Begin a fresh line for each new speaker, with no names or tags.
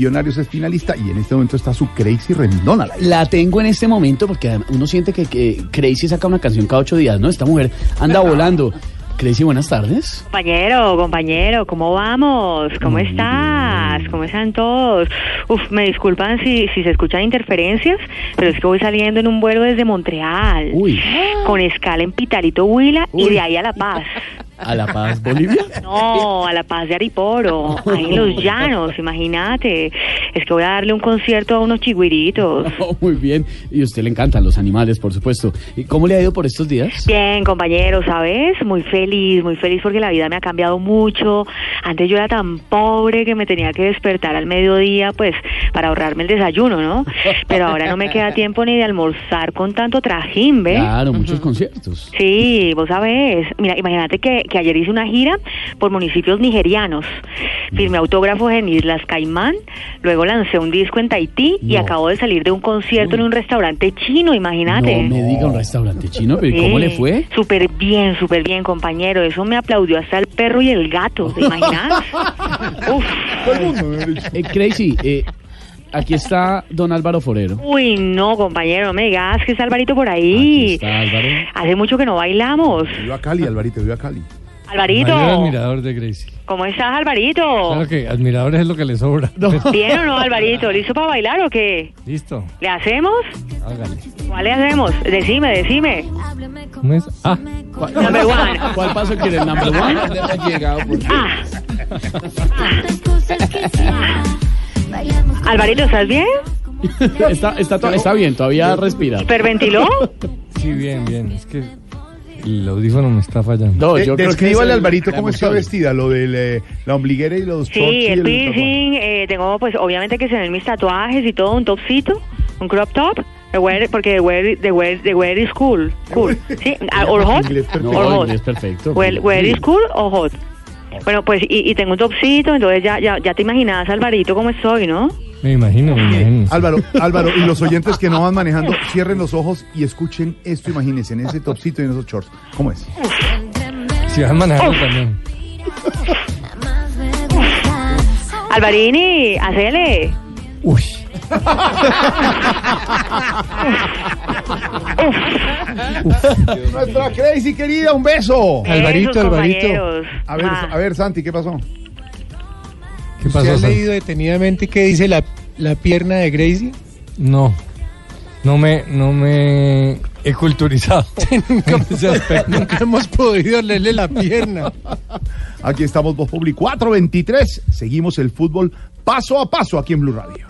Millonarios es finalista y en este momento está su Crazy Rendón. al aire.
La tengo en este momento porque además uno siente que, que Crazy saca una canción cada ocho días, ¿no? Esta mujer anda volando. Crazy, buenas tardes.
Compañero, compañero, ¿cómo vamos? ¿Cómo estás? ¿Cómo están todos? Uf, me disculpan si, si se escuchan interferencias, pero es que voy saliendo en un vuelo desde Montreal,
Uy,
con escala en Pitalito Huila y
Uy.
de ahí a La Paz.
a La Paz, Bolivia.
No, a La Paz de Ariporo, ahí en Los Llanos, imagínate. Es que voy a darle un concierto a unos chigüiritos.
Oh, muy bien. Y a usted le encantan los animales, por supuesto. ¿Y cómo le ha ido por estos días?
Bien, compañero, ¿sabes? Muy feliz, muy feliz porque la vida me ha cambiado mucho. Antes yo era tan pobre que me tenía que despertar al mediodía, pues, para ahorrarme el desayuno, ¿no? Pero ahora no me queda tiempo ni de almorzar con tanto trajín, ¿ves?
Claro, muchos conciertos.
Sí, vos sabés. Mira, imagínate que, que ayer hice una gira por municipios nigerianos. Firmé
Mm.
autógrafos en Islas Caimán, luego lancé un disco en Tahití y
No.
acabo de salir de un concierto en un restaurante chino,
No
imagínate.
me diga un restaurante chino, pero ¿y cómo
Sí,
le fue?
Súper bien, súper bien, compañero. Eso me aplaudió hasta el perro y el gato, ¿te imaginas? Uf.
Eh, Crazy, eh, aquí está don Álvaro Forero.
Uy, no, compañero, no me digas que está Alvarito por
Aquí
ahí.
está Álvaro.
Hace mucho que no bailamos.
Viva Cali, Alvarito, viva Cali.
Alvarito,
Mayor admirador de Gracie.
¿cómo estás, Alvarito?
Claro que admiradores es lo que le sobra.
¿Bien o Oh. no, Alvarito? ¿Listo para bailar o qué?
Listo,
¿Le hacemos?
hágale.
¿Cuál le hacemos? Decime, decime.
¿Cómo es? Ah,
Number one.
¿Cuál paso quiere el number one?
Ah,
Alvarito, ¿estás bien?
Está, está, to- está bien, todavía respira.
¿hiperventiló?
sí, bien, bien. Es que el audífono me está fallando.
No,
Eh,
yo creo que es
Descríbale,
el-
Alvarito,
la
cómo está
emoción.
vestida, lo de la ombliguera y los shorts
Sí,
y
el
topón.
piercing, eh, tengo pues obviamente que se ven mis tatuajes y todo, un topcito, un crop top, the wear- porque the wear, the wear- the wear is cool, cool, sí, ah, or hot,
Inglés perfecto.
or
No,
hot,
es perfecto.
wear, wear is cool o hot. Bueno, pues y, y tengo un topcito, entonces ya, ya, ya te imaginas, Alvarito, cómo estoy, ¿no?
Me imagino, me imagino.
Álvaro, Álvaro, y los oyentes que no van manejando, cierren los ojos y escuchen esto, imagínense, en ese topsito y en esos shorts. ¿Cómo es?
Si vas manejando también. Ah.
Alvarini, hacele.
Uy,
Nuestra Crazy querida, un beso.
Alvarito,
Esos
Alvarito.
compañeros.
A ver,
Ah.
a ver, Santi, ¿qué pasó?
¿qué
¿Usted
pasó?
ha
Sal?
leído detenidamente qué dice la, la pierna de Gracie?
No, no me, no me he culturizado. En ese aspecto.
Nunca hemos podido leerle la pierna.
Aquí estamos, Voz Public 423. Seguimos el fútbol paso a paso aquí en Blue Radio.